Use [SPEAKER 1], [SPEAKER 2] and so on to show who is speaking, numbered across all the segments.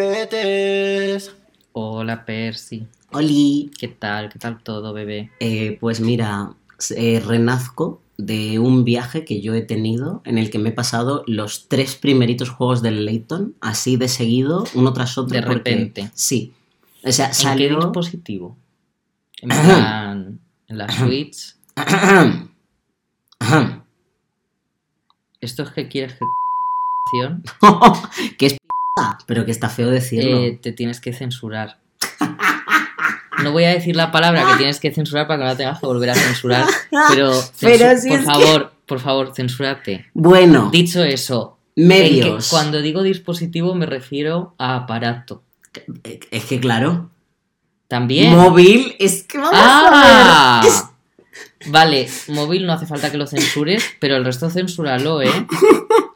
[SPEAKER 1] croquetes.
[SPEAKER 2] Hola Percy,
[SPEAKER 3] Oli,
[SPEAKER 2] ¿qué tal? ¿Qué tal todo, bebé?
[SPEAKER 3] eh, pues mira, eh, renazco de un viaje que yo he tenido en el que me he pasado los tres primeritos juegos del Layton, así de seguido, uno tras otro.
[SPEAKER 2] De
[SPEAKER 3] porque-
[SPEAKER 2] repente.
[SPEAKER 3] Sí. O sea,
[SPEAKER 2] ¿En qué
[SPEAKER 3] salió...
[SPEAKER 2] dispositivo? En plan, en la Switch. ¿Esto es que quieres que...
[SPEAKER 3] que es p***, pero que está feo decirlo.
[SPEAKER 2] Eh, te tienes que censurar. No voy a decir la palabra que tienes que censurar para que no la tengas que volver a censurar,
[SPEAKER 3] Ah,
[SPEAKER 2] pero, censu-
[SPEAKER 3] Pero si
[SPEAKER 2] por
[SPEAKER 3] es que-
[SPEAKER 2] favor, por favor, censúrate.
[SPEAKER 3] bueno,
[SPEAKER 2] Dicho eso, en que
[SPEAKER 3] medios.
[SPEAKER 2] cuando digo dispositivo me refiero a aparato.
[SPEAKER 3] Eh, Es que claro,
[SPEAKER 2] También.
[SPEAKER 3] móvil, es que vamos a
[SPEAKER 2] ¡Ah!
[SPEAKER 3] ver. Es-
[SPEAKER 2] Vale, móvil no hace falta que lo censures, pero el resto censúralo, ¿eh?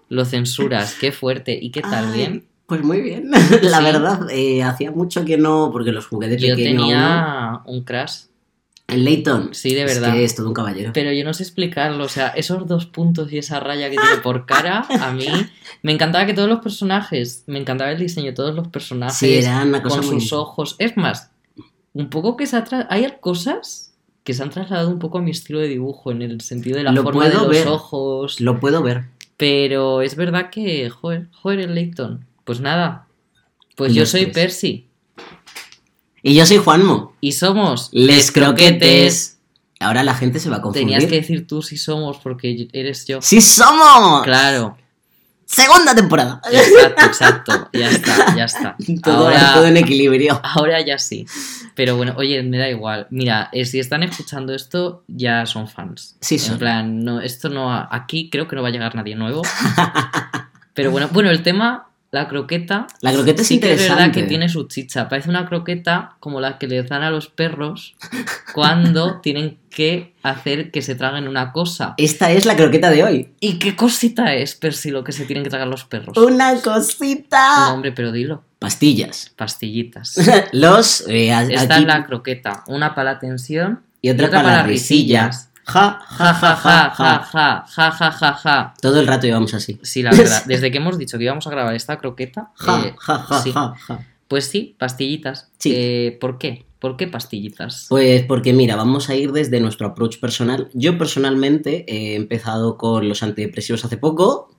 [SPEAKER 2] Lo censuras, qué fuerte. ¿Y qué tal?
[SPEAKER 3] Ay,
[SPEAKER 2] ¿Bien?
[SPEAKER 3] Pues muy bien. La
[SPEAKER 2] Sí.
[SPEAKER 3] verdad, eh, hacía mucho que no, porque los jugué de
[SPEAKER 2] Yo
[SPEAKER 3] pequeño. aún.
[SPEAKER 2] tenía un crash,
[SPEAKER 3] El Layton.
[SPEAKER 2] sí, de
[SPEAKER 3] Es
[SPEAKER 2] verdad.
[SPEAKER 3] que es todo un caballero.
[SPEAKER 2] Pero yo no sé explicarlo, o sea, esos dos puntos y esa raya que tiene por cara, a mí me encantaba que todos los personajes, me encantaba el diseño de todos los personajes
[SPEAKER 3] Sí, era una cosa
[SPEAKER 2] con
[SPEAKER 3] muy...
[SPEAKER 2] sus ojos. Es más, un poco que se ha tra- hay cosas que se han trasladado un poco a mi estilo de dibujo en el sentido de la
[SPEAKER 3] Lo
[SPEAKER 2] forma de
[SPEAKER 3] puedo
[SPEAKER 2] los
[SPEAKER 3] ver.
[SPEAKER 2] ojos,
[SPEAKER 3] Lo puedo ver.
[SPEAKER 2] pero es verdad que joder, joder el Leighton. Pues nada. Pues yo
[SPEAKER 3] Los
[SPEAKER 2] soy
[SPEAKER 3] tres.
[SPEAKER 2] Percy
[SPEAKER 3] Y yo soy Juanmo.
[SPEAKER 2] y somos
[SPEAKER 3] Les
[SPEAKER 2] croquetes.
[SPEAKER 3] croquetes. Ahora la gente se va a confundir.
[SPEAKER 2] Tenías que decir tú si somos porque yo- eres yo.
[SPEAKER 3] ¡Sí somos!
[SPEAKER 2] Claro.
[SPEAKER 3] ¡Segunda temporada!
[SPEAKER 2] Exacto, exacto. Ya está, ya está.
[SPEAKER 3] Todo,
[SPEAKER 2] Ahora,
[SPEAKER 3] todo en equilibrio.
[SPEAKER 2] ahora ya sí. Pero bueno, oye, me da igual. Mira, eh, si están escuchando esto, ya son fans.
[SPEAKER 3] Sí,
[SPEAKER 2] En
[SPEAKER 3] son.
[SPEAKER 2] plan, no, esto no. ha- Aquí creo que no va a llegar nadie nuevo. Pero bueno, bueno, el tema, la croqueta.
[SPEAKER 3] La croqueta es
[SPEAKER 2] sí que es verdad
[SPEAKER 3] interesante.
[SPEAKER 2] que tiene su chicha. Parece una croqueta como la que le dan a los perros cuando tienen que hacer que se traguen una cosa.
[SPEAKER 3] Esta es la croqueta de hoy.
[SPEAKER 2] ¿Y qué cosita es, Percy, lo que se tienen que tragar los perros?
[SPEAKER 3] ¡Una cosita!
[SPEAKER 2] No, hombre, pero dilo.
[SPEAKER 3] Pastillas.
[SPEAKER 2] Pastillitas.
[SPEAKER 3] Los... eh, a-
[SPEAKER 2] Esta
[SPEAKER 3] aquí-
[SPEAKER 2] es la croqueta. Una para la tensión.
[SPEAKER 3] Y otra,
[SPEAKER 2] y otra
[SPEAKER 3] para
[SPEAKER 2] para
[SPEAKER 3] la risilla.
[SPEAKER 2] risillas.
[SPEAKER 3] Ja, ja, ja,
[SPEAKER 2] Ja,
[SPEAKER 3] ja,
[SPEAKER 2] ja, ja,
[SPEAKER 3] ja.
[SPEAKER 2] ja, ja, ja, ja.
[SPEAKER 3] Todo el rato íbamos así.
[SPEAKER 2] Sí, la verdad. Desde que hemos dicho que íbamos a grabar esta croqueta.
[SPEAKER 3] Ja,
[SPEAKER 2] eh,
[SPEAKER 3] ja, ja,
[SPEAKER 2] sí.
[SPEAKER 3] ja, ja.
[SPEAKER 2] Pues sí, pastillitas.
[SPEAKER 3] Sí.
[SPEAKER 2] Eh, ¿Por qué? ¿Por qué pastillitas?
[SPEAKER 3] Pues porque mira, vamos a ir desde nuestro approach personal. Yo personalmente he empezado con los antidepresivos hace poco.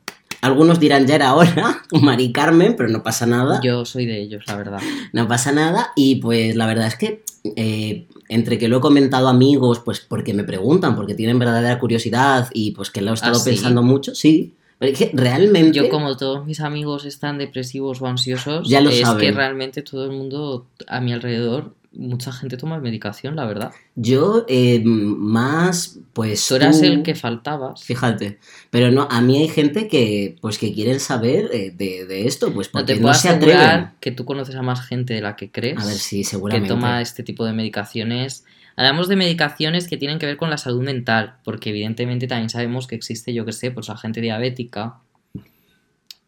[SPEAKER 3] Algunos dirán ya era hora, Mari Carmen, pero no pasa nada.
[SPEAKER 2] Yo soy de ellos, la verdad.
[SPEAKER 3] No pasa nada. Y pues la verdad es que eh, entre que lo he comentado a amigos, pues porque me preguntan, porque tienen verdadera curiosidad y pues que lo he estado
[SPEAKER 2] ¿Ah, sí?
[SPEAKER 3] pensando mucho, sí. Pero es que realmente...
[SPEAKER 2] Yo, como todos mis amigos están depresivos o ansiosos,
[SPEAKER 3] Ya lo
[SPEAKER 2] es
[SPEAKER 3] saben.
[SPEAKER 2] que realmente todo el mundo a mi alrededor, mucha gente toma medicación, la verdad.
[SPEAKER 3] Yo eh, más, pues...
[SPEAKER 2] Tú eras
[SPEAKER 3] tú-
[SPEAKER 2] el que faltabas.
[SPEAKER 3] Fíjate, pero no, a mí hay gente que, pues, que quieren saber eh, de, de esto, pues
[SPEAKER 2] No te
[SPEAKER 3] porque no,
[SPEAKER 2] puedo
[SPEAKER 3] se atreven.
[SPEAKER 2] asegurar
[SPEAKER 3] A
[SPEAKER 2] que tú conoces a más gente de la que crees
[SPEAKER 3] ver si
[SPEAKER 2] que
[SPEAKER 3] seguramente.
[SPEAKER 2] toma este tipo de medicaciones. Hablamos de medicaciones que tienen que ver con la salud mental, porque evidentemente también sabemos que existe, yo que sé, pues la gente diabética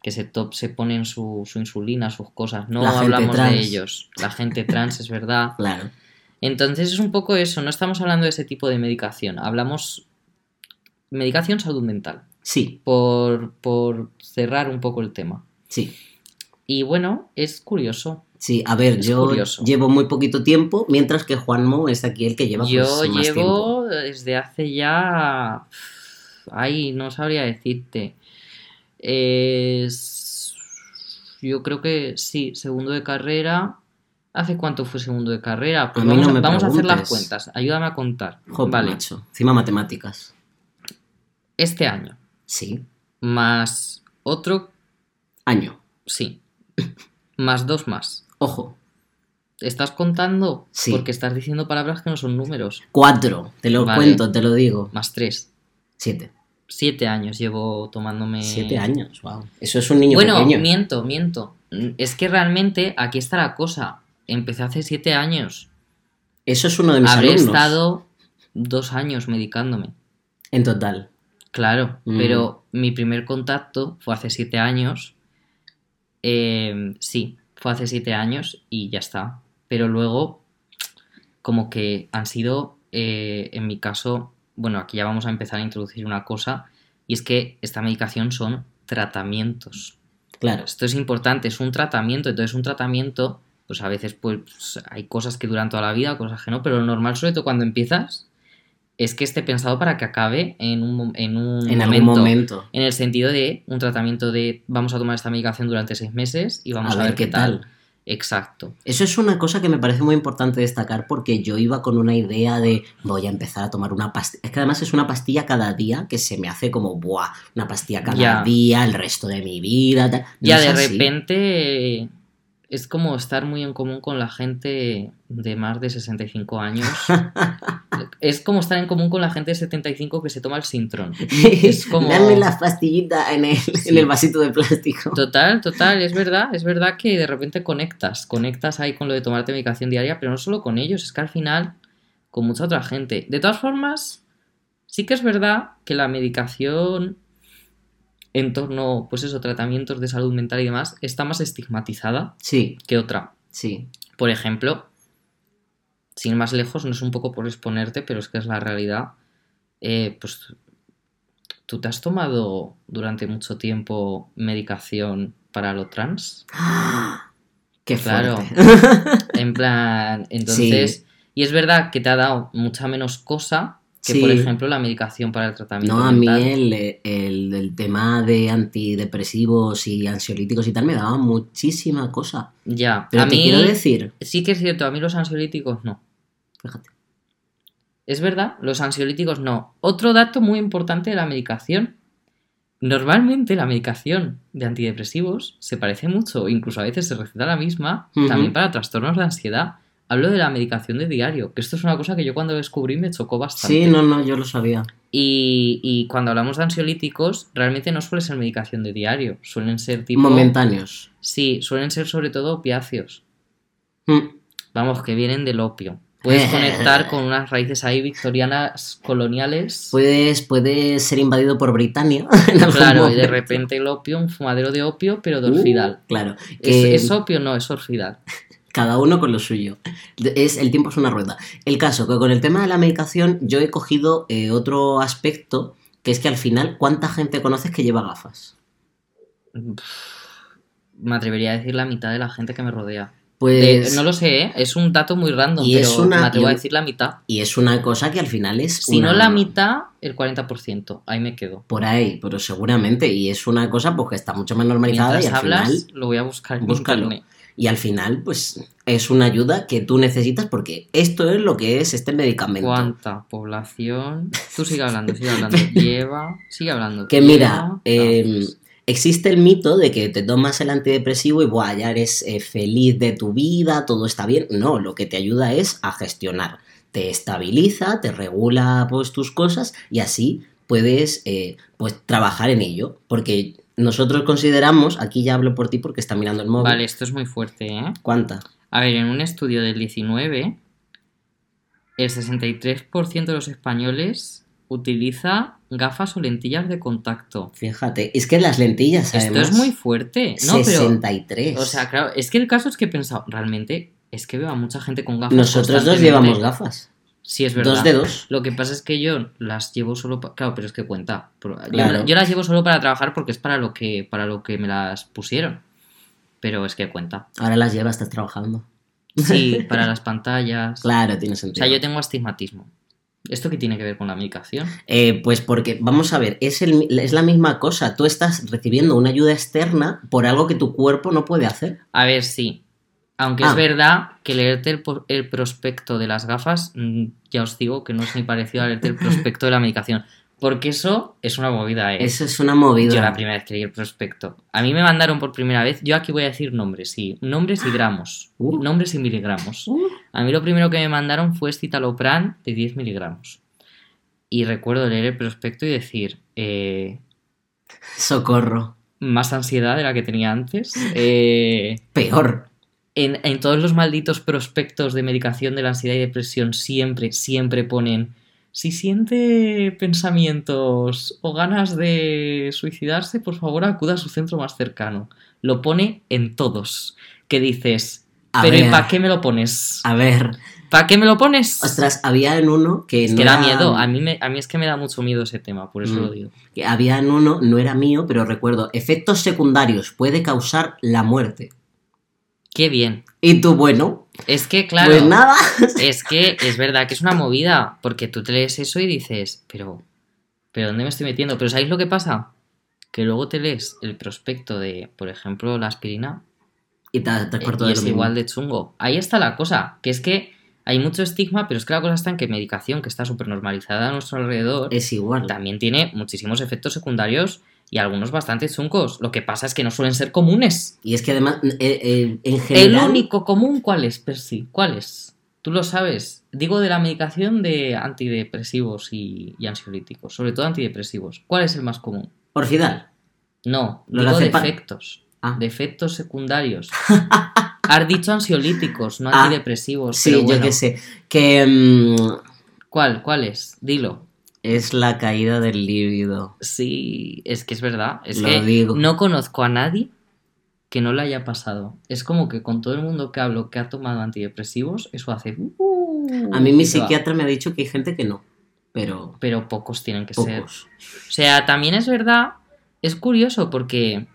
[SPEAKER 2] que se, top, se ponen su, su insulina, sus cosas. No
[SPEAKER 3] La gente
[SPEAKER 2] hablamos
[SPEAKER 3] trans.
[SPEAKER 2] de ellos. La gente trans es verdad.
[SPEAKER 3] Claro.
[SPEAKER 2] Entonces es un poco eso, no estamos hablando de ese tipo de medicación, hablamos medicación salud mental,
[SPEAKER 3] Sí,
[SPEAKER 2] por, por cerrar un poco el tema.
[SPEAKER 3] sí.
[SPEAKER 2] Y bueno, es curioso,
[SPEAKER 3] Sí, a ver,
[SPEAKER 2] Es
[SPEAKER 3] yo
[SPEAKER 2] curioso.
[SPEAKER 3] llevo muy poquito tiempo, mientras que Juanmo es aquí el que lleva
[SPEAKER 2] Yo
[SPEAKER 3] pues, más tiempo.
[SPEAKER 2] llevo desde hace ya. Ay, no sabría decirte. Es- Yo creo que sí, segundo de carrera. ¿Hace cuánto fue segundo de carrera? Pues
[SPEAKER 3] A mí
[SPEAKER 2] vamos,
[SPEAKER 3] no
[SPEAKER 2] a-
[SPEAKER 3] me
[SPEAKER 2] vamos a hacer las
[SPEAKER 3] preguntes.
[SPEAKER 2] cuentas. Ayúdame a contar.
[SPEAKER 3] Joder,
[SPEAKER 2] vale,
[SPEAKER 3] macho. Encima matemáticas.
[SPEAKER 2] este año
[SPEAKER 3] Sí.
[SPEAKER 2] más otro,
[SPEAKER 3] Año.
[SPEAKER 2] sí, más dos más.
[SPEAKER 3] Ojo.
[SPEAKER 2] ¿Estás contando?
[SPEAKER 3] Sí.
[SPEAKER 2] Porque estás diciendo palabras que no son números.
[SPEAKER 3] Cuatro. Te lo
[SPEAKER 2] Vale.
[SPEAKER 3] cuento, te lo digo.
[SPEAKER 2] Más tres.
[SPEAKER 3] Siete.
[SPEAKER 2] Siete años llevo tomándome.
[SPEAKER 3] Siete años, wow. Eso es un niño
[SPEAKER 2] Eh, Bueno,
[SPEAKER 3] pequeño.
[SPEAKER 2] miento, miento. Mm, Es que realmente aquí está la cosa. Empecé hace siete años.
[SPEAKER 3] Eso es uno de mis
[SPEAKER 2] Habré
[SPEAKER 3] alumnos.
[SPEAKER 2] estado dos años medicándome.
[SPEAKER 3] En total.
[SPEAKER 2] Claro,
[SPEAKER 3] Mm.
[SPEAKER 2] pero mi primer contacto fue hace siete años. Eh, sí, fue hace siete años y ya está. Pero luego, como que han sido, eh, en mi caso, bueno, aquí ya vamos a empezar a introducir una cosa, y es que esta medicación son tratamientos.
[SPEAKER 3] Claro.
[SPEAKER 2] Esto es importante, es un tratamiento, entonces un tratamiento, pues a veces pues hay cosas que duran toda la vida, cosas que no, pero lo normal, sobre todo cuando empiezas, es que esté pensado para que acabe en un, mo- en un
[SPEAKER 3] En
[SPEAKER 2] momento.
[SPEAKER 3] algún momento.
[SPEAKER 2] En el sentido de un tratamiento de vamos a tomar esta medicación durante seis meses y vamos a, ver, qué tal. Exacto.
[SPEAKER 3] Eso es una cosa que me parece muy importante destacar porque yo iba con una idea de voy a empezar a tomar una pastilla. Es que además es una pastilla cada día que se me hace como, buah, una pastilla cada
[SPEAKER 2] Ya.
[SPEAKER 3] día, el resto de mi vida. tal". No
[SPEAKER 2] ya
[SPEAKER 3] es
[SPEAKER 2] de
[SPEAKER 3] así.
[SPEAKER 2] repente eh, es como estar muy en común con la gente de más de 65 años. es como estar en común con la gente de 75 que se toma el Sintron. es como-
[SPEAKER 3] Dame la pastillita en el,
[SPEAKER 2] Sí.
[SPEAKER 3] en el vasito de plástico.
[SPEAKER 2] Total, total, es verdad, es verdad que de repente conectas, conectas ahí con lo de tomarte medicación diaria, pero no solo con ellos, es que al final con mucha otra gente. De todas formas, sí que es verdad que la medicación en torno, pues eso, tratamientos de salud mental y demás, está más estigmatizada
[SPEAKER 3] Sí,
[SPEAKER 2] que otra.
[SPEAKER 3] sí.
[SPEAKER 2] Por ejemplo, sin ir más lejos, no es un poco por exponerte, pero es que es la realidad. eh, pues tú te has tomado durante mucho tiempo medicación para lo trans.
[SPEAKER 3] Qué
[SPEAKER 2] Claro.
[SPEAKER 3] fuerte.
[SPEAKER 2] En plan, entonces. Y es verdad que te ha dado mucha menos cosa que, por
[SPEAKER 3] Sí.
[SPEAKER 2] ejemplo, la medicación para el tratamiento.
[SPEAKER 3] No, a mí eh,
[SPEAKER 2] mental.
[SPEAKER 3] el, el- el tema de antidepresivos y ansiolíticos y tal me daba muchísima cosa.
[SPEAKER 2] Ya.
[SPEAKER 3] Pero
[SPEAKER 2] a
[SPEAKER 3] te
[SPEAKER 2] mí.
[SPEAKER 3] quiero decir,
[SPEAKER 2] Sí que es cierto, a mí los ansiolíticos no.
[SPEAKER 3] fíjate,
[SPEAKER 2] Es verdad, los ansiolíticos no. Otro dato muy importante de la medicación. Normalmente la medicación de antidepresivos se parece mucho, incluso a veces se receta la misma,
[SPEAKER 3] Ujú.
[SPEAKER 2] también para trastornos de ansiedad. Hablo de la medicación de diario, que esto es una cosa que yo cuando lo descubrí me chocó bastante.
[SPEAKER 3] sí, no, no, yo lo sabía.
[SPEAKER 2] Y, y cuando hablamos de ansiolíticos, realmente no suele ser medicación de diario, suelen ser tipo...
[SPEAKER 3] Momentáneos.
[SPEAKER 2] Sí, suelen ser sobre todo opiáceos.
[SPEAKER 3] Mm.
[SPEAKER 2] Vamos, que vienen del opio. Puedes conectar con unas raíces ahí victorianas coloniales.
[SPEAKER 3] Puedes, puedes ser invadido por Britania. en algún
[SPEAKER 2] Claro, y de
[SPEAKER 3] momento.
[SPEAKER 2] repente el opio, un fumadero de opio, pero de
[SPEAKER 3] Uh,
[SPEAKER 2] orfidal.
[SPEAKER 3] claro,
[SPEAKER 2] ¿Es,
[SPEAKER 3] que
[SPEAKER 2] es opio? No, es orfidal.
[SPEAKER 3] cada uno con lo suyo. Es, el tiempo es una rueda. El caso, que con el tema de la medicación yo he cogido eh, otro aspecto, que es que al final, ¿cuánta gente conoces que lleva gafas?
[SPEAKER 2] Me atrevería a decir la mitad de la gente que me rodea. Eh,
[SPEAKER 3] Pues...
[SPEAKER 2] no lo sé, ¿eh? es un dato muy random,
[SPEAKER 3] Y
[SPEAKER 2] pero
[SPEAKER 3] es una-
[SPEAKER 2] me atrevo
[SPEAKER 3] y
[SPEAKER 2] a
[SPEAKER 3] un-
[SPEAKER 2] decir la mitad.
[SPEAKER 3] Y es una cosa que al final es...
[SPEAKER 2] Si no
[SPEAKER 3] una-
[SPEAKER 2] la mitad, el 40%. Ahí me quedo.
[SPEAKER 3] Por ahí, pero seguramente. Y es una cosa pues que está mucho más normalizada
[SPEAKER 2] Mientras
[SPEAKER 3] y al,
[SPEAKER 2] hablas,
[SPEAKER 3] final,
[SPEAKER 2] lo voy a buscar en
[SPEAKER 3] búscalo.
[SPEAKER 2] internet.
[SPEAKER 3] y al final pues es una ayuda que tú necesitas porque esto es lo que es este medicamento.
[SPEAKER 2] ¿Cuánta población? Tú sigue hablando, sigue hablando. Lleva, sigue hablando.
[SPEAKER 3] Que mira,
[SPEAKER 2] Lleva-
[SPEAKER 3] eh, existe el mito de que te tomas el antidepresivo y buah, ya eres eh, feliz de tu vida, todo está bien. No, lo que te ayuda es a gestionar. Te estabiliza, te regula pues tus cosas y así puedes eh, pues trabajar en ello. Porque nosotros consideramos, aquí ya hablo por ti porque está mirando el móvil.
[SPEAKER 2] Vale, esto es muy fuerte, ¿eh?
[SPEAKER 3] ¿Cuánta?
[SPEAKER 2] A ver, en un estudio del 19, el 63% de los españoles utiliza gafas o lentillas de contacto.
[SPEAKER 3] Fíjate, es que las lentillas
[SPEAKER 2] Esto
[SPEAKER 3] además,
[SPEAKER 2] es muy fuerte, ¿no?
[SPEAKER 3] 63.
[SPEAKER 2] Pero, o sea, claro, es que el caso es que he pensado, realmente, es que veo a mucha gente con gafas.
[SPEAKER 3] Nosotros dos
[SPEAKER 2] constantemente.
[SPEAKER 3] llevamos gafas.
[SPEAKER 2] Sí, es verdad.
[SPEAKER 3] Dos de dos.
[SPEAKER 2] Lo que pasa es que yo las llevo solo para... Claro, pero es que cuenta. Por- yo-
[SPEAKER 3] Claro.
[SPEAKER 2] Yo, las llevo solo para trabajar porque es para lo que, para lo que me las pusieron. Pero es que cuenta.
[SPEAKER 3] Ahora las llevas, estás trabajando.
[SPEAKER 2] Sí, para las pantallas.
[SPEAKER 3] Claro, tiene
[SPEAKER 2] O
[SPEAKER 3] sentido.
[SPEAKER 2] sea, yo tengo astigmatismo. ¿Esto qué tiene que ver con la medicación?
[SPEAKER 3] Eh, pues porque, vamos a ver, es, el- es la misma cosa. Tú estás recibiendo una ayuda externa por algo que tu cuerpo no puede hacer.
[SPEAKER 2] A ver, sí. Aunque
[SPEAKER 3] Ah.
[SPEAKER 2] es verdad que leerte el, po- el prospecto de las gafas, mm, ya os digo que no es muy parecido a leerte el prospecto de la medicación. Porque eso es una movida, ¿eh?
[SPEAKER 3] Eso es una
[SPEAKER 2] Yo la
[SPEAKER 3] movida.
[SPEAKER 2] primera vez que leí el prospecto. A mí me mandaron por primera vez, yo aquí voy a decir nombres, sí, nombres y gramos,
[SPEAKER 3] Uh.
[SPEAKER 2] nombres y miligramos.
[SPEAKER 3] Uh,
[SPEAKER 2] A mí lo primero que me mandaron fue escitalopran de 10 miligramos. Y recuerdo leer el prospecto y decir, eh,
[SPEAKER 3] socorro.
[SPEAKER 2] más ansiedad de la que tenía antes. Eh,
[SPEAKER 3] Peor.
[SPEAKER 2] en, en todos los malditos prospectos de medicación de la ansiedad y depresión siempre, siempre ponen, si siente pensamientos o ganas de suicidarse, por favor acuda a su centro más cercano. Lo pone en todos. Que dices,
[SPEAKER 3] A
[SPEAKER 2] pero
[SPEAKER 3] ver.
[SPEAKER 2] ¿y para qué me lo pones?
[SPEAKER 3] A ver,
[SPEAKER 2] ¿Para qué me lo pones?
[SPEAKER 3] ostras, había en uno que
[SPEAKER 2] es
[SPEAKER 3] no
[SPEAKER 2] que da
[SPEAKER 3] era-
[SPEAKER 2] miedo. A mí, me- a mí es que me da mucho miedo ese tema, por eso
[SPEAKER 3] Mm.
[SPEAKER 2] lo digo.
[SPEAKER 3] que había en uno, no era mío, pero recuerdo, efectos secundarios puede causar la muerte.
[SPEAKER 2] Qué bien.
[SPEAKER 3] Y tú, bueno,
[SPEAKER 2] Es que, claro,
[SPEAKER 3] pues nada.
[SPEAKER 2] es que es verdad que es una movida, porque tú te lees eso y dices, pero, pero ¿dónde me estoy metiendo? Pero ¿sabéis lo que pasa? Que luego te lees el prospecto de, por ejemplo, la aspirina
[SPEAKER 3] Y te, te has
[SPEAKER 2] Eh,
[SPEAKER 3] cortado
[SPEAKER 2] y
[SPEAKER 3] de
[SPEAKER 2] es
[SPEAKER 3] lo mismo.
[SPEAKER 2] igual de chungo. Ahí está la cosa, que es que hay mucho estigma, pero es que la cosa está en que medicación que está súper normalizada a nuestro alrededor
[SPEAKER 3] Es igual.
[SPEAKER 2] también tiene muchísimos efectos secundarios y algunos bastante chuncos. Lo que pasa es que no suelen ser comunes.
[SPEAKER 3] Y es que además, eh, eh, en general.
[SPEAKER 2] El único común, ¿cuál es, Percy? ¿Cuál es? Tú lo sabes. Digo de la medicación de antidepresivos y, y ansiolíticos, sobre todo antidepresivos. ¿Cuál es el más común?
[SPEAKER 3] Orfidal.
[SPEAKER 2] No,
[SPEAKER 3] Lo
[SPEAKER 2] digo
[SPEAKER 3] de Cepan.
[SPEAKER 2] defectos.
[SPEAKER 3] Ah.
[SPEAKER 2] Defectos secundarios. Has dicho ansiolíticos, no
[SPEAKER 3] Ah,
[SPEAKER 2] antidepresivos.
[SPEAKER 3] Sí,
[SPEAKER 2] pero
[SPEAKER 3] yo
[SPEAKER 2] bueno.
[SPEAKER 3] qué sé. Que mm,
[SPEAKER 2] ¿Cuál? ¿Cuál es? Dilo.
[SPEAKER 3] es la caída del líbido.
[SPEAKER 2] Sí, es que es verdad. Es
[SPEAKER 3] Lo
[SPEAKER 2] que
[SPEAKER 3] digo.
[SPEAKER 2] no conozco a nadie que no le haya pasado. Es como que con todo el mundo que hablo que ha tomado antidepresivos, eso hace. uh,
[SPEAKER 3] A mí mi
[SPEAKER 2] y se va.
[SPEAKER 3] psiquiatra me ha dicho que hay gente que no, pero
[SPEAKER 2] Pero pocos tienen que ser.
[SPEAKER 3] pocos.
[SPEAKER 2] O sea, también es verdad, es curioso porque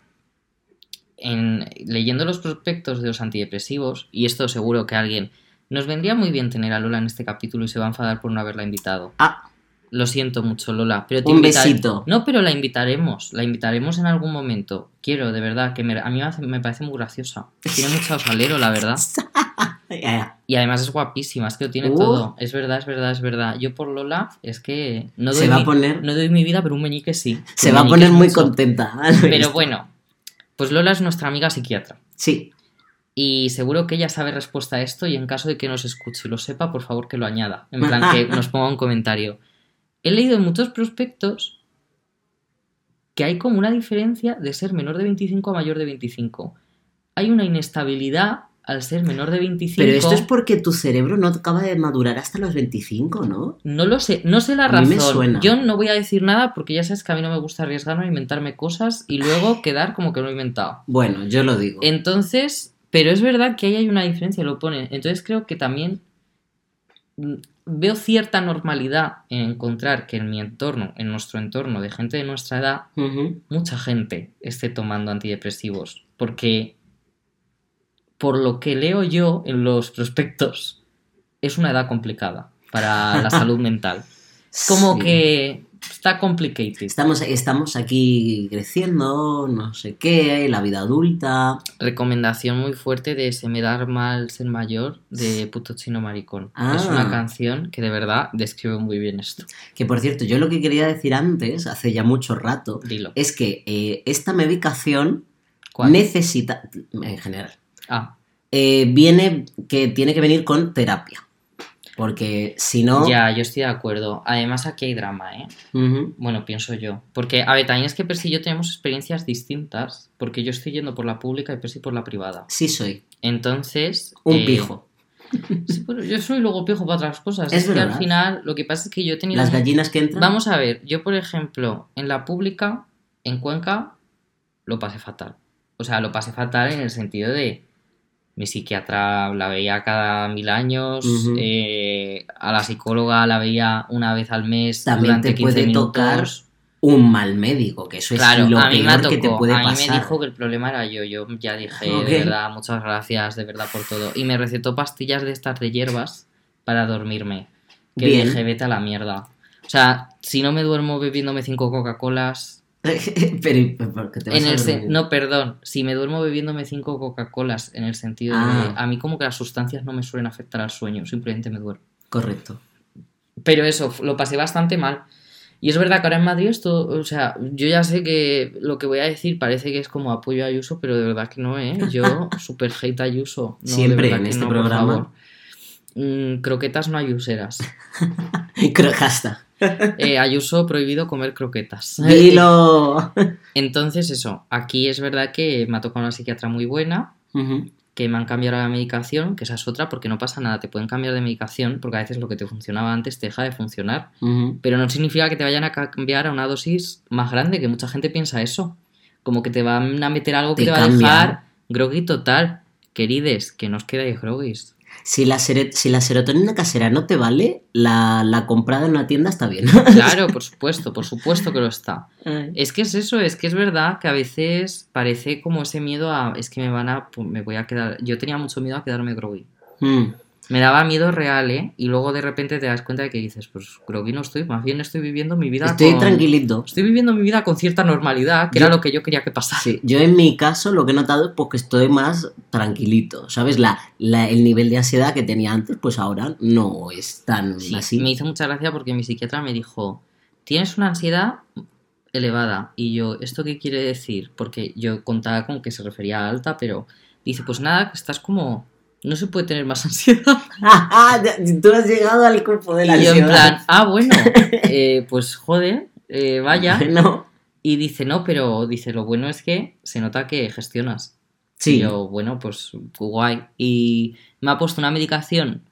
[SPEAKER 2] en, leyendo los prospectos de los antidepresivos, y esto seguro que alguien, nos vendría muy bien tener a Lola en este capítulo y se va a enfadar por no haberla invitado.
[SPEAKER 3] Ah,
[SPEAKER 2] Lo siento mucho, Lola, pero te
[SPEAKER 3] Un
[SPEAKER 2] invitare-
[SPEAKER 3] besito.
[SPEAKER 2] No, pero la invitaremos, la invitaremos en algún momento. Quiero, de verdad, que me- a mí me, hace- me parece muy graciosa. Tiene mucho salero, la verdad.
[SPEAKER 3] eh,
[SPEAKER 2] Y además es guapísima, es que lo tiene
[SPEAKER 3] Uh.
[SPEAKER 2] todo. Es verdad, es verdad, es verdad. Yo por Lola es que no doy
[SPEAKER 3] se va a
[SPEAKER 2] mi-
[SPEAKER 3] poner,
[SPEAKER 2] no doy mi vida, pero un meñique sí.
[SPEAKER 3] se
[SPEAKER 2] Un
[SPEAKER 3] va a
[SPEAKER 2] meñique
[SPEAKER 3] poner
[SPEAKER 2] es
[SPEAKER 3] muy
[SPEAKER 2] mucho.
[SPEAKER 3] contenta.
[SPEAKER 2] Pero bueno, pues Lola es nuestra amiga psiquiatra.
[SPEAKER 3] Sí,
[SPEAKER 2] Y seguro que ella sabe respuesta a esto y en caso de que nos escuche y lo sepa, por favor que lo añada. En plan que nos ponga un comentario. He leído en muchos prospectos que hay como una diferencia de ser menor de 25 a mayor de 25. Hay una inestabilidad al ser menor de 25.
[SPEAKER 3] pero esto es porque tu cerebro no acaba de madurar hasta los 25, ¿no?
[SPEAKER 2] No lo sé, no sé la
[SPEAKER 3] A mí me
[SPEAKER 2] razón.
[SPEAKER 3] suena.
[SPEAKER 2] Yo no voy a decir nada porque ya sabes que a mí no me gusta arriesgarme a inventarme cosas y luego quedar como que lo he inventado.
[SPEAKER 3] Bueno, yo lo
[SPEAKER 2] Eh,
[SPEAKER 3] digo.
[SPEAKER 2] Entonces, pero es verdad que ahí hay una diferencia, lo pone. Entonces creo que también mm, veo cierta normalidad en encontrar que en mi entorno, en nuestro entorno de gente de nuestra edad,
[SPEAKER 3] Ujú.
[SPEAKER 2] mucha gente esté tomando antidepresivos. Porque, por lo que leo yo en los prospectos, es una edad complicada para la salud mental. Como
[SPEAKER 3] Sí.
[SPEAKER 2] que está complicated.
[SPEAKER 3] Estamos, estamos aquí creciendo, no sé qué, la vida adulta.
[SPEAKER 2] Recomendación muy fuerte de Se me dar mal ser mayor de Puto Chino Maricón.
[SPEAKER 3] Ah.
[SPEAKER 2] Es una canción que de verdad describe muy bien esto.
[SPEAKER 3] Que por cierto, yo lo que quería decir antes, hace ya mucho rato,
[SPEAKER 2] Dilo.
[SPEAKER 3] es que eh, esta medicación
[SPEAKER 2] ¿Cuál?
[SPEAKER 3] necesita, en general,
[SPEAKER 2] Ah,
[SPEAKER 3] eh, viene que tiene que venir con terapia. Porque si no.
[SPEAKER 2] ya, yo estoy de acuerdo. Además, aquí hay drama, ¿eh?
[SPEAKER 3] Ujú.
[SPEAKER 2] Bueno, pienso yo. Porque, a ver, también es que Percy y yo tenemos experiencias distintas. Porque yo estoy yendo por la pública y Percy por la privada.
[SPEAKER 3] Sí, soy.
[SPEAKER 2] Entonces.
[SPEAKER 3] Un
[SPEAKER 2] eh,
[SPEAKER 3] pijo.
[SPEAKER 2] sí, pero yo soy luego pijo para otras cosas.
[SPEAKER 3] Es
[SPEAKER 2] Es, que al
[SPEAKER 3] verdad.
[SPEAKER 2] final lo que pasa es que yo he tenido.
[SPEAKER 3] Las gallinas que entran.
[SPEAKER 2] Vamos a ver, yo por ejemplo, en la pública, en Cuenca, lo pasé fatal. O sea, lo pasé fatal en el sentido de. Mi psiquiatra la veía cada mil años,
[SPEAKER 3] Ujú.
[SPEAKER 2] eh, a la psicóloga la veía una vez al mes
[SPEAKER 3] También
[SPEAKER 2] durante
[SPEAKER 3] te
[SPEAKER 2] 15
[SPEAKER 3] puede
[SPEAKER 2] minutos.
[SPEAKER 3] tocar un mal médico, que eso es
[SPEAKER 2] Claro,
[SPEAKER 3] lo
[SPEAKER 2] a mí me
[SPEAKER 3] peor que te
[SPEAKER 2] tocó.
[SPEAKER 3] puede
[SPEAKER 2] a mí me
[SPEAKER 3] pasar.
[SPEAKER 2] dijo que el problema era yo. Yo ya dije,
[SPEAKER 3] Ok.
[SPEAKER 2] de verdad, muchas gracias, de verdad por todo. Y me recetó pastillas de estas de hierbas para dormirme. Que
[SPEAKER 3] Bien.
[SPEAKER 2] dije, vete a la mierda. O sea, si no me duermo bebiéndome cinco Coca-Colas.
[SPEAKER 3] pero, pero, ¿por qué te vas
[SPEAKER 2] En
[SPEAKER 3] a
[SPEAKER 2] el sen-
[SPEAKER 3] dormir?
[SPEAKER 2] no, perdón. Si me duermo bebiéndome cinco Coca-Colas, en el sentido de.
[SPEAKER 3] Ah.
[SPEAKER 2] A mí, como que las sustancias no me suelen afectar al sueño, simplemente me duermo.
[SPEAKER 3] Correcto.
[SPEAKER 2] Pero eso, f- lo pasé bastante mal. Y es verdad que ahora en Madrid esto, o sea, yo ya sé que lo que voy a decir parece que es como apoyo a Ayuso, pero de verdad que no, ¿eh? Yo super hate a Ayuso. No, de
[SPEAKER 3] Siempre
[SPEAKER 2] verdad
[SPEAKER 3] en
[SPEAKER 2] que
[SPEAKER 3] este
[SPEAKER 2] no, por
[SPEAKER 3] programa.
[SPEAKER 2] favor. Mm, croquetas no ayuseras.
[SPEAKER 3] Crocasta.
[SPEAKER 2] Eh, Ayuso prohibido comer croquetas.
[SPEAKER 3] Dilo.
[SPEAKER 2] Entonces eso, aquí es verdad que me ha tocado una psiquiatra muy buena,
[SPEAKER 3] Ujú.
[SPEAKER 2] que me han cambiado la medicación, que esa es otra, porque no pasa nada, te pueden cambiar de medicación, porque a veces lo que te funcionaba antes te deja de funcionar.
[SPEAKER 3] Ujú.
[SPEAKER 2] Pero no significa que te vayan a cambiar a una dosis más grande, que mucha gente piensa eso. Como que te van a meter algo que
[SPEAKER 3] Te
[SPEAKER 2] te, va a
[SPEAKER 3] cambian.
[SPEAKER 2] dejar groggy total. querides, que nos queda de groguis.
[SPEAKER 3] Si la, sere- si la serotonina casera no te vale, la, la comprada en una tienda está bien.
[SPEAKER 2] Claro, por supuesto, por supuesto que lo está. Es que es eso, es que es verdad que a veces parece como ese miedo a, es que me van a, pues, me voy a quedar, yo tenía mucho miedo a quedarme groggy.
[SPEAKER 3] Mm,
[SPEAKER 2] Me daba miedo real, ¿eh? Y luego de repente te das cuenta de que dices, pues groggy no estoy, más bien estoy viviendo mi vida
[SPEAKER 3] Estoy
[SPEAKER 2] con-
[SPEAKER 3] tranquilito.
[SPEAKER 2] Estoy viviendo mi vida con cierta normalidad, que
[SPEAKER 3] Yo-
[SPEAKER 2] era lo que yo quería que pasara.
[SPEAKER 3] Sí, yo en mi caso lo que he notado es pues, que estoy más tranquilito, ¿sabes? La, la- el nivel de ansiedad que tenía antes, pues ahora no es tan
[SPEAKER 2] Sí,
[SPEAKER 3] así.
[SPEAKER 2] me hizo mucha gracia porque mi psiquiatra me dijo, tienes una ansiedad elevada. Y yo, ¿esto qué quiere decir? Porque yo contaba con que se refería a alta, pero dice, pues nada, que estás como... No se puede tener más ansiedad.
[SPEAKER 3] Ah, Tú has llegado al cupo de la
[SPEAKER 2] y yo en
[SPEAKER 3] ansiedad.
[SPEAKER 2] plan, ah, bueno, eh, pues joder, eh, vaya.
[SPEAKER 3] Bueno,
[SPEAKER 2] Y dice, no, pero dice, lo bueno es que se nota que gestionas.
[SPEAKER 3] sí.
[SPEAKER 2] Y yo, bueno, pues guay. Y me ha puesto una medicación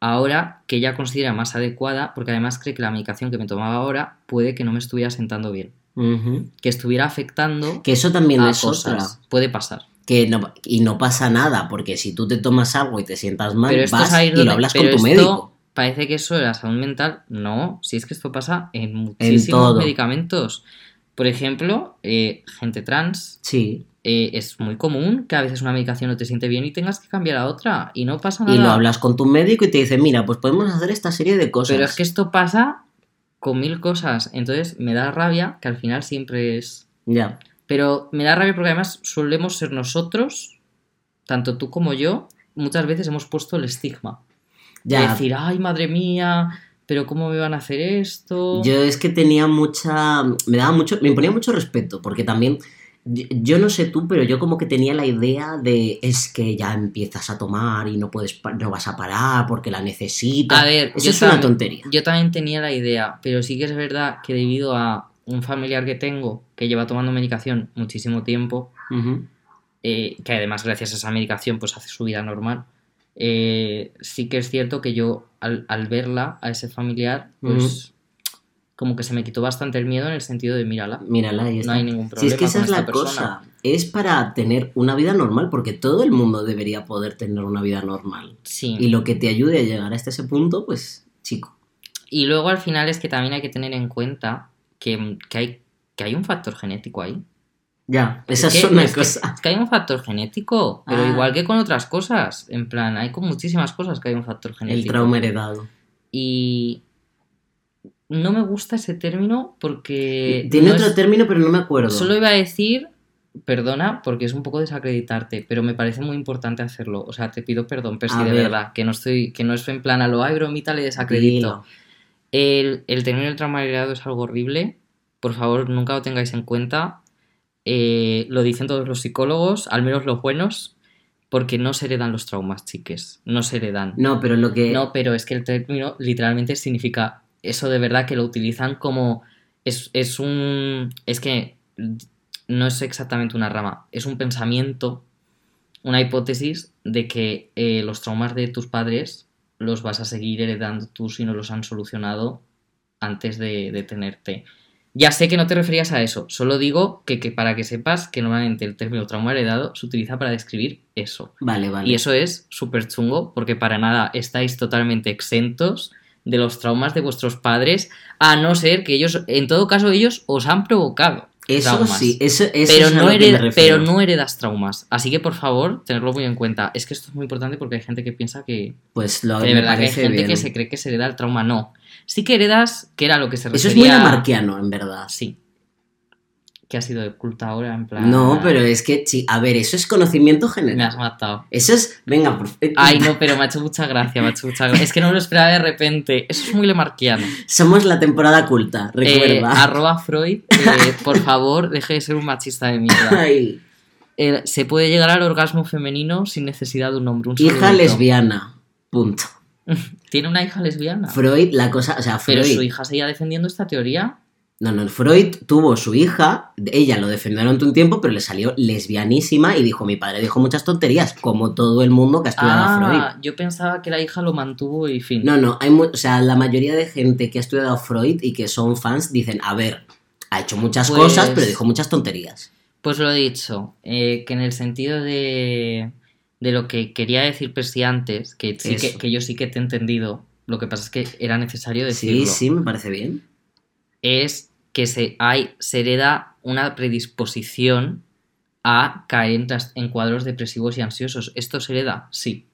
[SPEAKER 2] ahora que ella considera más adecuada, porque además cree que la medicación que me tomaba ahora puede que no me estuviera sentando bien,
[SPEAKER 3] Ujú.
[SPEAKER 2] que estuviera afectando
[SPEAKER 3] Que eso también
[SPEAKER 2] a
[SPEAKER 3] es
[SPEAKER 2] cosas.
[SPEAKER 3] otra.
[SPEAKER 2] Puede pasar.
[SPEAKER 3] Que no- y no pasa nada, porque si tú te tomas algo y te sientas mal,
[SPEAKER 2] pero esto es
[SPEAKER 3] vas
[SPEAKER 2] ahí
[SPEAKER 3] y
[SPEAKER 2] donde-
[SPEAKER 3] lo hablas con
[SPEAKER 2] pero
[SPEAKER 3] tu
[SPEAKER 2] esto
[SPEAKER 3] médico.
[SPEAKER 2] Parece que eso de la salud mental, no, si es que esto pasa en
[SPEAKER 3] todo.
[SPEAKER 2] muchísimos medicamentos. Por ejemplo, eh, gente trans,
[SPEAKER 3] Sí,
[SPEAKER 2] eh, es muy común que a veces una medicación no te siente bien y tengas que cambiar a otra y no pasa nada.
[SPEAKER 3] y lo hablas con tu médico y te dice, mira, pues podemos hacer esta serie de cosas.
[SPEAKER 2] Pero es que esto pasa con mil cosas. Entonces me da rabia que al final siempre es.
[SPEAKER 3] Ya.
[SPEAKER 2] Pero me da rabia porque además solemos ser nosotros, tanto tú como yo, muchas veces hemos puesto el estigma.
[SPEAKER 3] Ya,
[SPEAKER 2] De decir, ay, madre mía, pero ¿cómo me van a hacer esto?
[SPEAKER 3] Yo es que tenía mucha. Me daba mucho. Me imponía mucho respeto, porque también. Yo yo no sé tú, pero yo como que tenía la idea de es que ya empiezas a tomar y no puedes pa- no vas a parar porque la necesitas.
[SPEAKER 2] A ver,
[SPEAKER 3] Eso
[SPEAKER 2] yo
[SPEAKER 3] es una
[SPEAKER 2] también-
[SPEAKER 3] tontería.
[SPEAKER 2] Yo también tenía la idea, pero sí que es verdad que debido a un familiar que tengo que lleva tomando medicación muchísimo tiempo,
[SPEAKER 3] Ujú.
[SPEAKER 2] eh, que además gracias a esa medicación pues hace su vida normal, eh, sí que es cierto que yo al, al verla a ese familiar pues como que se me quitó bastante el miedo en el sentido de mírala,
[SPEAKER 3] Mírala, ahí
[SPEAKER 2] no
[SPEAKER 3] está.
[SPEAKER 2] hay ningún
[SPEAKER 3] si
[SPEAKER 2] problema
[SPEAKER 3] es que esa
[SPEAKER 2] con
[SPEAKER 3] es la
[SPEAKER 2] esta persona.
[SPEAKER 3] cosa, es para tener una vida normal, porque todo el mundo debería poder tener una vida normal.
[SPEAKER 2] Sí.
[SPEAKER 3] Y lo que te ayude a llegar hasta ese punto, pues, chico.
[SPEAKER 2] Y luego al final es que también hay que tener en cuenta que, que hay, que hay un factor genético ahí.
[SPEAKER 3] Ya, esa
[SPEAKER 2] que-
[SPEAKER 3] es una
[SPEAKER 2] es que-
[SPEAKER 3] cosa.
[SPEAKER 2] Es que hay un factor genético, pero
[SPEAKER 3] Ah.
[SPEAKER 2] igual que con otras cosas. En plan, hay con muchísimas cosas que hay un factor genético.
[SPEAKER 3] El trauma heredado.
[SPEAKER 2] Y no me gusta ese término porque
[SPEAKER 3] Tiene
[SPEAKER 2] Eh, no
[SPEAKER 3] otro
[SPEAKER 2] es-
[SPEAKER 3] término, pero no me acuerdo.
[SPEAKER 2] solo iba a decir, perdona, porque es un poco desacreditarte, pero me parece muy importante hacerlo. O sea, te pido perdón, pero
[SPEAKER 3] A
[SPEAKER 2] sí, de
[SPEAKER 3] ver.
[SPEAKER 2] verdad, que no estoy, que no es en plan a lo ay, bromita, le
[SPEAKER 3] Dilo.
[SPEAKER 2] desacredito. El, el término del trauma heredado es algo horrible. Por favor, nunca lo tengáis en cuenta. Eh, lo dicen todos los psicólogos, al menos los buenos, porque no se heredan los traumas, chiques. No se heredan.
[SPEAKER 3] No, pero lo que.
[SPEAKER 2] No, pero es que el término literalmente significa eso de verdad que lo utilizan como es, es un es que no es exactamente una rama, es un pensamiento, una hipótesis de que eh, los traumas de tus padres los vas a seguir heredando tú si no los han solucionado antes de, de tenerte. Ya sé que no te referías a eso, solo digo que, que para que sepas que normalmente el término trauma heredado se utiliza para describir eso.
[SPEAKER 3] Vale, vale.
[SPEAKER 2] Y eso es súper chungo porque para nada estáis totalmente exentos de los traumas de vuestros padres, a no ser que ellos, en todo caso, ellos os han provocado
[SPEAKER 3] Eso
[SPEAKER 2] traumas.
[SPEAKER 3] sí, eso, eso
[SPEAKER 2] pero,
[SPEAKER 3] es a
[SPEAKER 2] no
[SPEAKER 3] lo que me
[SPEAKER 2] hered-
[SPEAKER 3] refiero.
[SPEAKER 2] pero no heredas traumas. Así que, por favor, tenerlo muy en cuenta. Es que esto es muy importante porque hay gente que piensa que,
[SPEAKER 3] Pues lo
[SPEAKER 2] que de
[SPEAKER 3] me
[SPEAKER 2] verdad que hay
[SPEAKER 3] parece
[SPEAKER 2] gente
[SPEAKER 3] bien.
[SPEAKER 2] que se cree que se hereda el trauma. No. Sí que heredas, que era lo que se
[SPEAKER 3] Eso
[SPEAKER 2] refería...
[SPEAKER 3] es muy lamarquiano, en verdad.
[SPEAKER 2] Sí. Que ha sido de culta ahora, en plan...
[SPEAKER 3] No, pero es que, sí, a ver, eso es conocimiento
[SPEAKER 2] Me
[SPEAKER 3] general.
[SPEAKER 2] has matado.
[SPEAKER 3] Eso es, venga, por
[SPEAKER 2] Ay, no, pero me ha hecho mucha gracia, me ha hecho mucha gracia. Es que no me lo esperaba de repente. Eso es muy lemarquiano.
[SPEAKER 3] somos la temporada culta,
[SPEAKER 2] Eh,
[SPEAKER 3] recuerda.
[SPEAKER 2] arroba Freud, eh, por favor, deje de ser un machista de mierda.
[SPEAKER 3] Ay,
[SPEAKER 2] Eh, se puede llegar al orgasmo femenino sin necesidad de un hombre. Un
[SPEAKER 3] hija
[SPEAKER 2] saludito.
[SPEAKER 3] lesbiana, punto.
[SPEAKER 2] ¿Tiene una hija lesbiana?
[SPEAKER 3] Freud, la cosa, o sea, Freud.
[SPEAKER 2] Ah. Pero su hija seguía defendiendo esta teoría.
[SPEAKER 3] No, no, Freud tuvo su hija, ella lo defendió durante un tiempo, pero le salió lesbianísima y dijo, mi padre dijo muchas tonterías, como todo el mundo que ha estudiado a Freud.
[SPEAKER 2] Ah, yo pensaba que la hija lo mantuvo y fin.
[SPEAKER 3] No, no, hay mu- o sea, la mayoría de gente que ha estudiado a Freud y que son fans dicen, a ver, ha hecho muchas
[SPEAKER 2] Pues-
[SPEAKER 3] cosas, pero dijo muchas tonterías.
[SPEAKER 2] Pues lo he dicho, eh, que en el sentido de, de lo que quería decir Percy antes, que, sí que,
[SPEAKER 3] Eso.
[SPEAKER 2] que yo sí que te he entendido, lo que pasa es que era necesario decirlo.
[SPEAKER 3] Sí, sí, me parece bien.
[SPEAKER 2] es que se, hay, se hereda una predisposición a caer en, tras- en cuadros depresivos y ansiosos. ¿Esto se hereda? Sí.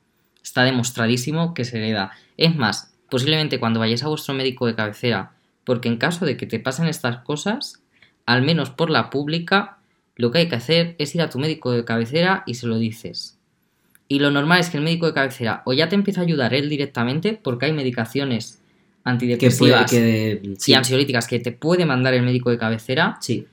[SPEAKER 2] Está demostradísimo que se hereda. Es más, posiblemente cuando vayáis a vuestro médico de cabecera, porque en caso de que te pasen estas cosas, al menos por la pública, lo que hay que hacer es ir a tu médico de cabecera y se lo dices. Y lo normal es que el médico de cabecera o ya te empiece a ayudar él directamente porque hay medicaciones
[SPEAKER 3] Que puede
[SPEAKER 2] antidepresivas
[SPEAKER 3] que.
[SPEAKER 2] y
[SPEAKER 3] Sí,
[SPEAKER 2] ansiolíticas que te puede mandar el médico de cabecera
[SPEAKER 3] sí.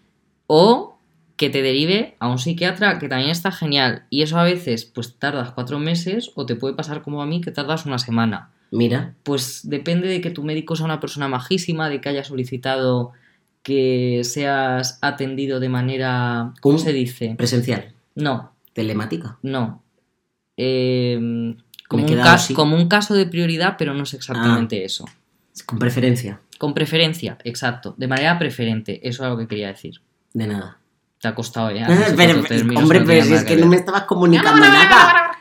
[SPEAKER 2] o que te derive a un psiquiatra que también está genial y eso a veces pues tardas cuatro meses o te puede pasar como a mí que tardas una semana
[SPEAKER 3] Mira,
[SPEAKER 2] pues depende de que tu médico sea una persona majísima de que haya solicitado que seas atendido de manera ¿cómo
[SPEAKER 3] ¿Cómo?
[SPEAKER 2] se dice?
[SPEAKER 3] presencial,
[SPEAKER 2] no,
[SPEAKER 3] telemática.
[SPEAKER 2] no Eh, como,
[SPEAKER 3] he
[SPEAKER 2] un
[SPEAKER 3] quedado
[SPEAKER 2] cas-
[SPEAKER 3] así. Ah.
[SPEAKER 2] como un caso de prioridad pero no es exactamente eso
[SPEAKER 3] Con preferencia,
[SPEAKER 2] con preferencia, exacto. De manera preferente, eso es lo que quería decir.
[SPEAKER 3] de nada.
[SPEAKER 2] Te ha costado, ¿eh?
[SPEAKER 3] Ah,
[SPEAKER 2] Haces
[SPEAKER 3] pero-
[SPEAKER 2] cuatro términos,
[SPEAKER 3] hombre,
[SPEAKER 2] no
[SPEAKER 3] pero
[SPEAKER 2] tenía
[SPEAKER 3] si
[SPEAKER 2] nada
[SPEAKER 3] es que
[SPEAKER 2] ver.
[SPEAKER 3] no me estabas comunicando nada.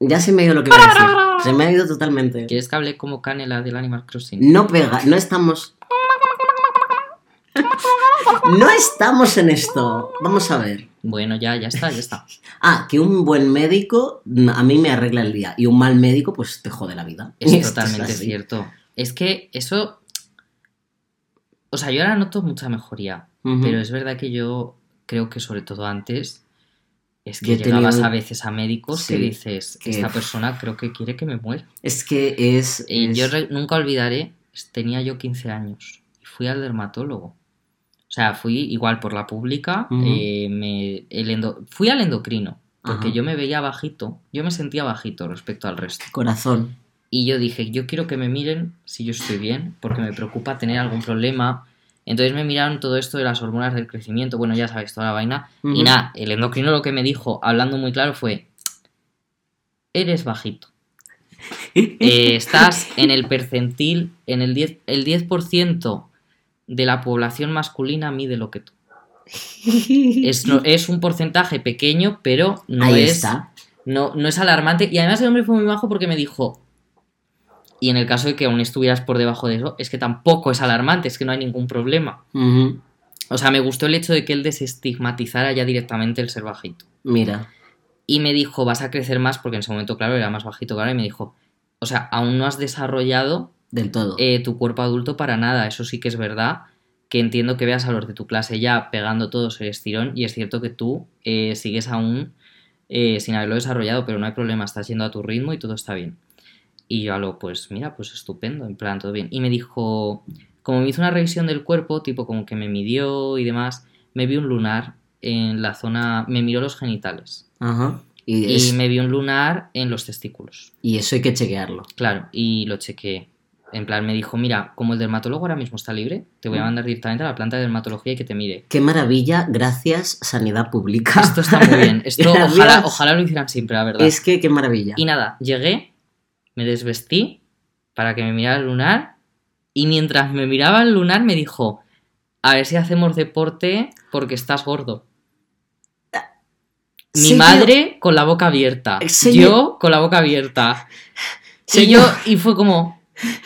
[SPEAKER 3] Ya se me ha ido lo que iba a decir. Se me ha ido totalmente.
[SPEAKER 2] ¿Quieres que hable como Canela del Animal Crossing?
[SPEAKER 3] No pega, no estamos. No estamos en esto. Vamos a ver.
[SPEAKER 2] Bueno, ya, ya está, ya está.
[SPEAKER 3] Ah, que un buen médico mm, a mí me arregla el día y un mal médico pues te jode la vida.
[SPEAKER 2] Es
[SPEAKER 3] Esto
[SPEAKER 2] totalmente
[SPEAKER 3] así.
[SPEAKER 2] cierto. Es que eso... O sea, yo ahora noto mucha mejoría,
[SPEAKER 3] Ujú.
[SPEAKER 2] pero es verdad que yo creo que sobre todo antes es
[SPEAKER 3] Yo
[SPEAKER 2] que
[SPEAKER 3] he tenido-
[SPEAKER 2] llegabas a veces a médicos que
[SPEAKER 3] Sí,
[SPEAKER 2] dices,
[SPEAKER 3] que-
[SPEAKER 2] esta persona creo que quiere que me muera.
[SPEAKER 3] Es que es...
[SPEAKER 2] Eh, yo
[SPEAKER 3] es-
[SPEAKER 2] re- nunca olvidaré, tenía yo 15 años y fui al dermatólogo. O sea, fui igual por la pública,
[SPEAKER 3] Ujú.
[SPEAKER 2] eh, me- el endo- fui al endocrino, porque
[SPEAKER 3] Ajá.
[SPEAKER 2] yo me veía bajito, yo me sentía bajito respecto al resto.
[SPEAKER 3] Corazón.
[SPEAKER 2] Y yo dije, yo quiero que me miren si yo estoy bien, porque me preocupa tener algún problema. Entonces me miraron todo esto de las hormonas del crecimiento, bueno, ya sabéis, toda la vaina. Y
[SPEAKER 3] Ujú.
[SPEAKER 2] nada, el endocrino lo que me dijo, hablando muy claro, fue, eres bajito. Eh, estás en el percentil, en el 10%, el 10% de la población masculina mide lo que tú. Es, no- es un porcentaje pequeño, pero no
[SPEAKER 3] Ahí
[SPEAKER 2] es,
[SPEAKER 3] está.
[SPEAKER 2] No, no es alarmante. Y además el hombre fue muy bajo porque me dijo, y en el caso de que aún estuvieras por debajo de eso, es que tampoco es alarmante, es que no hay ningún problema.
[SPEAKER 3] Ujú.
[SPEAKER 2] O sea, me gustó el hecho de que él desestigmatizara ya directamente el ser bajito.
[SPEAKER 3] Mira.
[SPEAKER 2] Y me dijo, vas a crecer más, porque en ese momento, claro, era más bajito que ahora, y me dijo, o sea, aún no has desarrollado
[SPEAKER 3] Del todo.
[SPEAKER 2] eh, tu cuerpo adulto para nada. Eso sí que es verdad. Que entiendo que veas a los de tu clase ya pegando todos el estirón. Y es cierto que tú eh, sigues aún eh, sin haberlo desarrollado, pero no hay problema. Estás yendo a tu ritmo y todo está bien. Y yo a lo, pues mira, pues estupendo, en plan, todo bien. Y me dijo, como me hizo una revisión del cuerpo, tipo como que me midió y demás, me vi un lunar en la zona, me miró los genitales.
[SPEAKER 3] Ajá. Y,
[SPEAKER 2] Y
[SPEAKER 3] es-
[SPEAKER 2] me vi un lunar en los testículos.
[SPEAKER 3] y eso hay que chequearlo.
[SPEAKER 2] Claro, y lo chequeé. En plan, me dijo, mira, como el dermatólogo ahora mismo está libre, te voy a
[SPEAKER 3] Mm.
[SPEAKER 2] mandar directamente a la planta de dermatología y que te mire.
[SPEAKER 3] Qué maravilla, gracias Sanidad Pública.
[SPEAKER 2] Esto está muy bien. Esto
[SPEAKER 3] Gracias.
[SPEAKER 2] ojalá, ojalá lo hicieran siempre, la verdad.
[SPEAKER 3] Es que qué maravilla.
[SPEAKER 2] Y nada, llegué, me desvestí para que me mirara el lunar y mientras me miraba el lunar me dijo, a ver si hacemos deporte porque estás gordo.
[SPEAKER 3] Ah,
[SPEAKER 2] Mi
[SPEAKER 3] Sí,
[SPEAKER 2] madre con la boca abierta.
[SPEAKER 3] Sí,
[SPEAKER 2] yo con la boca abierta. Y yo,
[SPEAKER 3] Señor.
[SPEAKER 2] y fue como,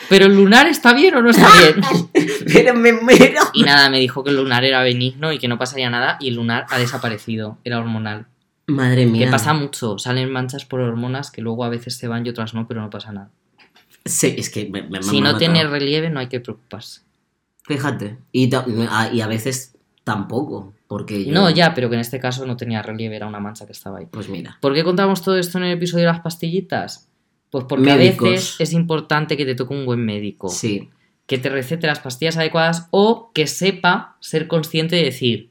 [SPEAKER 2] ¿pero el lunar está bien o no está bien?
[SPEAKER 3] Pero me muero.
[SPEAKER 2] Y nada, me dijo que el lunar era benigno y que no pasaría nada y el lunar ha desaparecido, era hormonal.
[SPEAKER 3] Madre
[SPEAKER 2] Que
[SPEAKER 3] mía.
[SPEAKER 2] pasa mucho, salen manchas por hormonas que luego a veces se van y otras no, pero no pasa nada.
[SPEAKER 3] Sí, es que me, me-
[SPEAKER 2] Si
[SPEAKER 3] me ha
[SPEAKER 2] no tiene
[SPEAKER 3] matado.
[SPEAKER 2] relieve no hay que preocuparse.
[SPEAKER 3] Fíjate. Y, ta- a, y a veces tampoco. Porque yo-
[SPEAKER 2] No, ya, pero que en este caso no tenía relieve, era una mancha que estaba ahí.
[SPEAKER 3] Pues mira.
[SPEAKER 2] ¿Por qué contamos todo esto en el episodio de las pastillitas? Pues porque
[SPEAKER 3] Médicos.
[SPEAKER 2] a veces es importante que te toque un buen médico,
[SPEAKER 3] Sí.
[SPEAKER 2] que te recete las pastillas adecuadas o que sepa ser consciente de decir,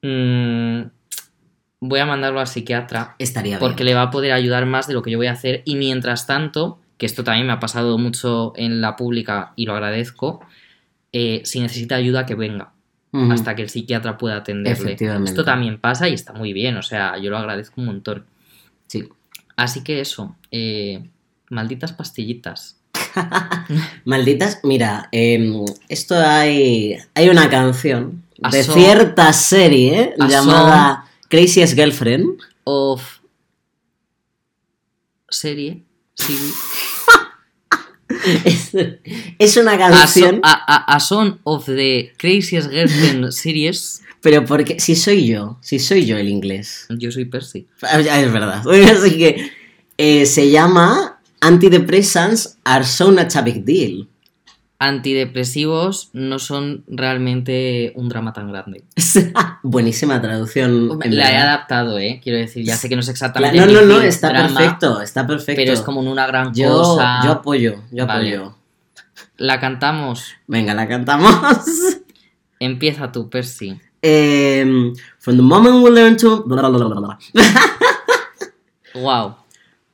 [SPEAKER 2] "Mm, voy a mandarlo al psiquiatra
[SPEAKER 3] Estaría bien.
[SPEAKER 2] porque le va a poder ayudar más de lo que yo voy a hacer y mientras tanto, que esto también me ha pasado mucho en la pública y lo agradezco, eh, si necesita ayuda que venga
[SPEAKER 3] Ujú.
[SPEAKER 2] hasta que el psiquiatra pueda atenderle.
[SPEAKER 3] Efectivamente.
[SPEAKER 2] Esto también pasa y está muy bien, o sea, yo lo agradezco un montón.
[SPEAKER 3] Sí.
[SPEAKER 2] Así que eso, eh, malditas pastillitas.
[SPEAKER 3] Malditas, mira, eh, esto hay. Hay una canción de
[SPEAKER 2] Asom-
[SPEAKER 3] cierta serie
[SPEAKER 2] Asom-
[SPEAKER 3] llamada Craziest Girlfriend.
[SPEAKER 2] Of serie, sí,
[SPEAKER 3] Es, es una
[SPEAKER 2] a, Ah, so-
[SPEAKER 3] canción,
[SPEAKER 2] a- a- a Son of the Craziest Girlfriend Series,
[SPEAKER 3] pero porque si soy yo, si soy yo el inglés.
[SPEAKER 2] yo soy Percy.
[SPEAKER 3] Ah, ya, Es verdad. Así que eh, se llama Antidepressants are so much a big deal.
[SPEAKER 2] Antidepresivos no son realmente un drama tan grande.
[SPEAKER 3] Ah, Buenísima traducción. en
[SPEAKER 2] La he
[SPEAKER 3] verdad.
[SPEAKER 2] adaptado, ¿eh? Quiero decir, ya sé que no es
[SPEAKER 3] Claro,
[SPEAKER 2] exactamente.
[SPEAKER 3] No, no, no,
[SPEAKER 2] ningún
[SPEAKER 3] está
[SPEAKER 2] drama,
[SPEAKER 3] perfecto, está perfecto.
[SPEAKER 2] Pero es como en una gran
[SPEAKER 3] yo,
[SPEAKER 2] cosa.
[SPEAKER 3] yo apoyo, yo
[SPEAKER 2] Vale.
[SPEAKER 3] apoyo.
[SPEAKER 2] La cantamos.
[SPEAKER 3] Venga, la cantamos.
[SPEAKER 2] Empieza tú, Percy.
[SPEAKER 3] Em, from the moment we learn to bla, bla, bla, bla, bla.
[SPEAKER 2] Wow.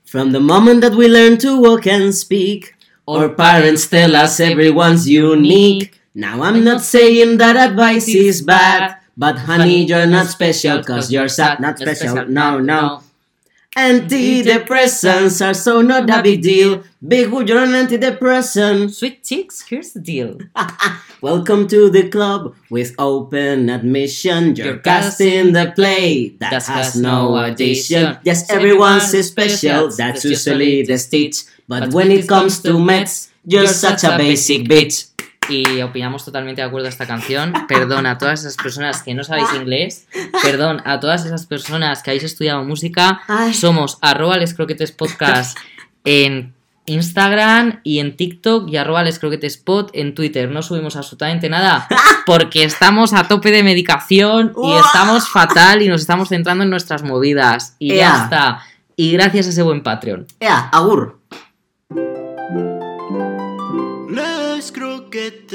[SPEAKER 3] From the moment that we learn to walk and speak, our parents tell us everyone's unique. Now I'm not saying that advice is bad, but honey, you're not special cause you're sad, not special, no, no. Antidepressants are so not a big deal. Big who you're an antidepressant.
[SPEAKER 2] Sweet chicks, here's the deal.
[SPEAKER 3] Welcome to the club with open admission. You're
[SPEAKER 2] You're
[SPEAKER 3] casting the play that
[SPEAKER 2] that
[SPEAKER 3] has
[SPEAKER 2] has
[SPEAKER 3] no
[SPEAKER 2] no
[SPEAKER 3] audition.
[SPEAKER 2] audition.
[SPEAKER 3] Yes,
[SPEAKER 2] Everyone's
[SPEAKER 3] everyone's special.
[SPEAKER 2] special,
[SPEAKER 3] That's
[SPEAKER 2] that's
[SPEAKER 3] usually
[SPEAKER 2] usually
[SPEAKER 3] the
[SPEAKER 2] the
[SPEAKER 3] stitch. But when it comes to maths, you're such a basic bitch.
[SPEAKER 2] Y opinamos totalmente de acuerdo a esta canción. Perdón a todas esas personas que no sabéis inglés. Perdón a todas esas personas que habéis estudiado música.
[SPEAKER 3] Ay.
[SPEAKER 2] Somos arroba lescroquetespodcast en Instagram y en TikTok y arroba lescroquetespod en Twitter. No subimos absolutamente nada porque estamos a tope de medicación y
[SPEAKER 3] Uah.
[SPEAKER 2] estamos fatal y nos estamos centrando en nuestras movidas. Y
[SPEAKER 3] Ea.
[SPEAKER 2] ya está. Y gracias a ese buen Patreon.
[SPEAKER 3] Ea, agur.
[SPEAKER 1] Les croquettes